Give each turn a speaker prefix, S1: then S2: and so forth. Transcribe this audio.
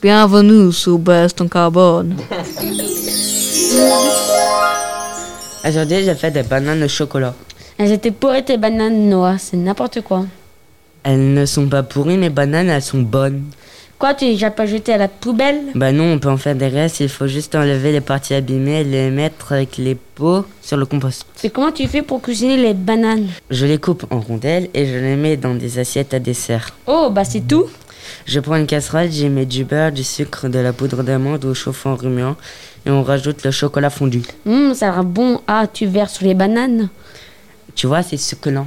S1: Bienvenue sur Boston Carbone.
S2: Aujourd'hui, j'ai fait des bananes au chocolat.
S3: Elles étaient pourries tes bananes, Noah, c'est n'importe quoi.
S2: Elles ne sont pas pourries, mes bananes, elles sont bonnes.
S3: Quoi, tu les as pas jetées à la poubelle
S2: Bah non, on peut en faire des restes, il faut juste enlever les parties abîmées et les mettre avec les pots sur le compost.
S3: Mais comment tu fais pour cuisiner les bananes
S2: Je les coupe en rondelles et je les mets dans des assiettes à dessert.
S3: Oh, bah c'est tout
S2: Je prends une casserole, j'y mets du beurre, du sucre, de la poudre d'amande au chauffant remuant et on rajoute le chocolat fondu.
S3: Hum, ça a l'air bon. Ah, tu verses sur les bananes
S2: Tu vois, c'est succulent.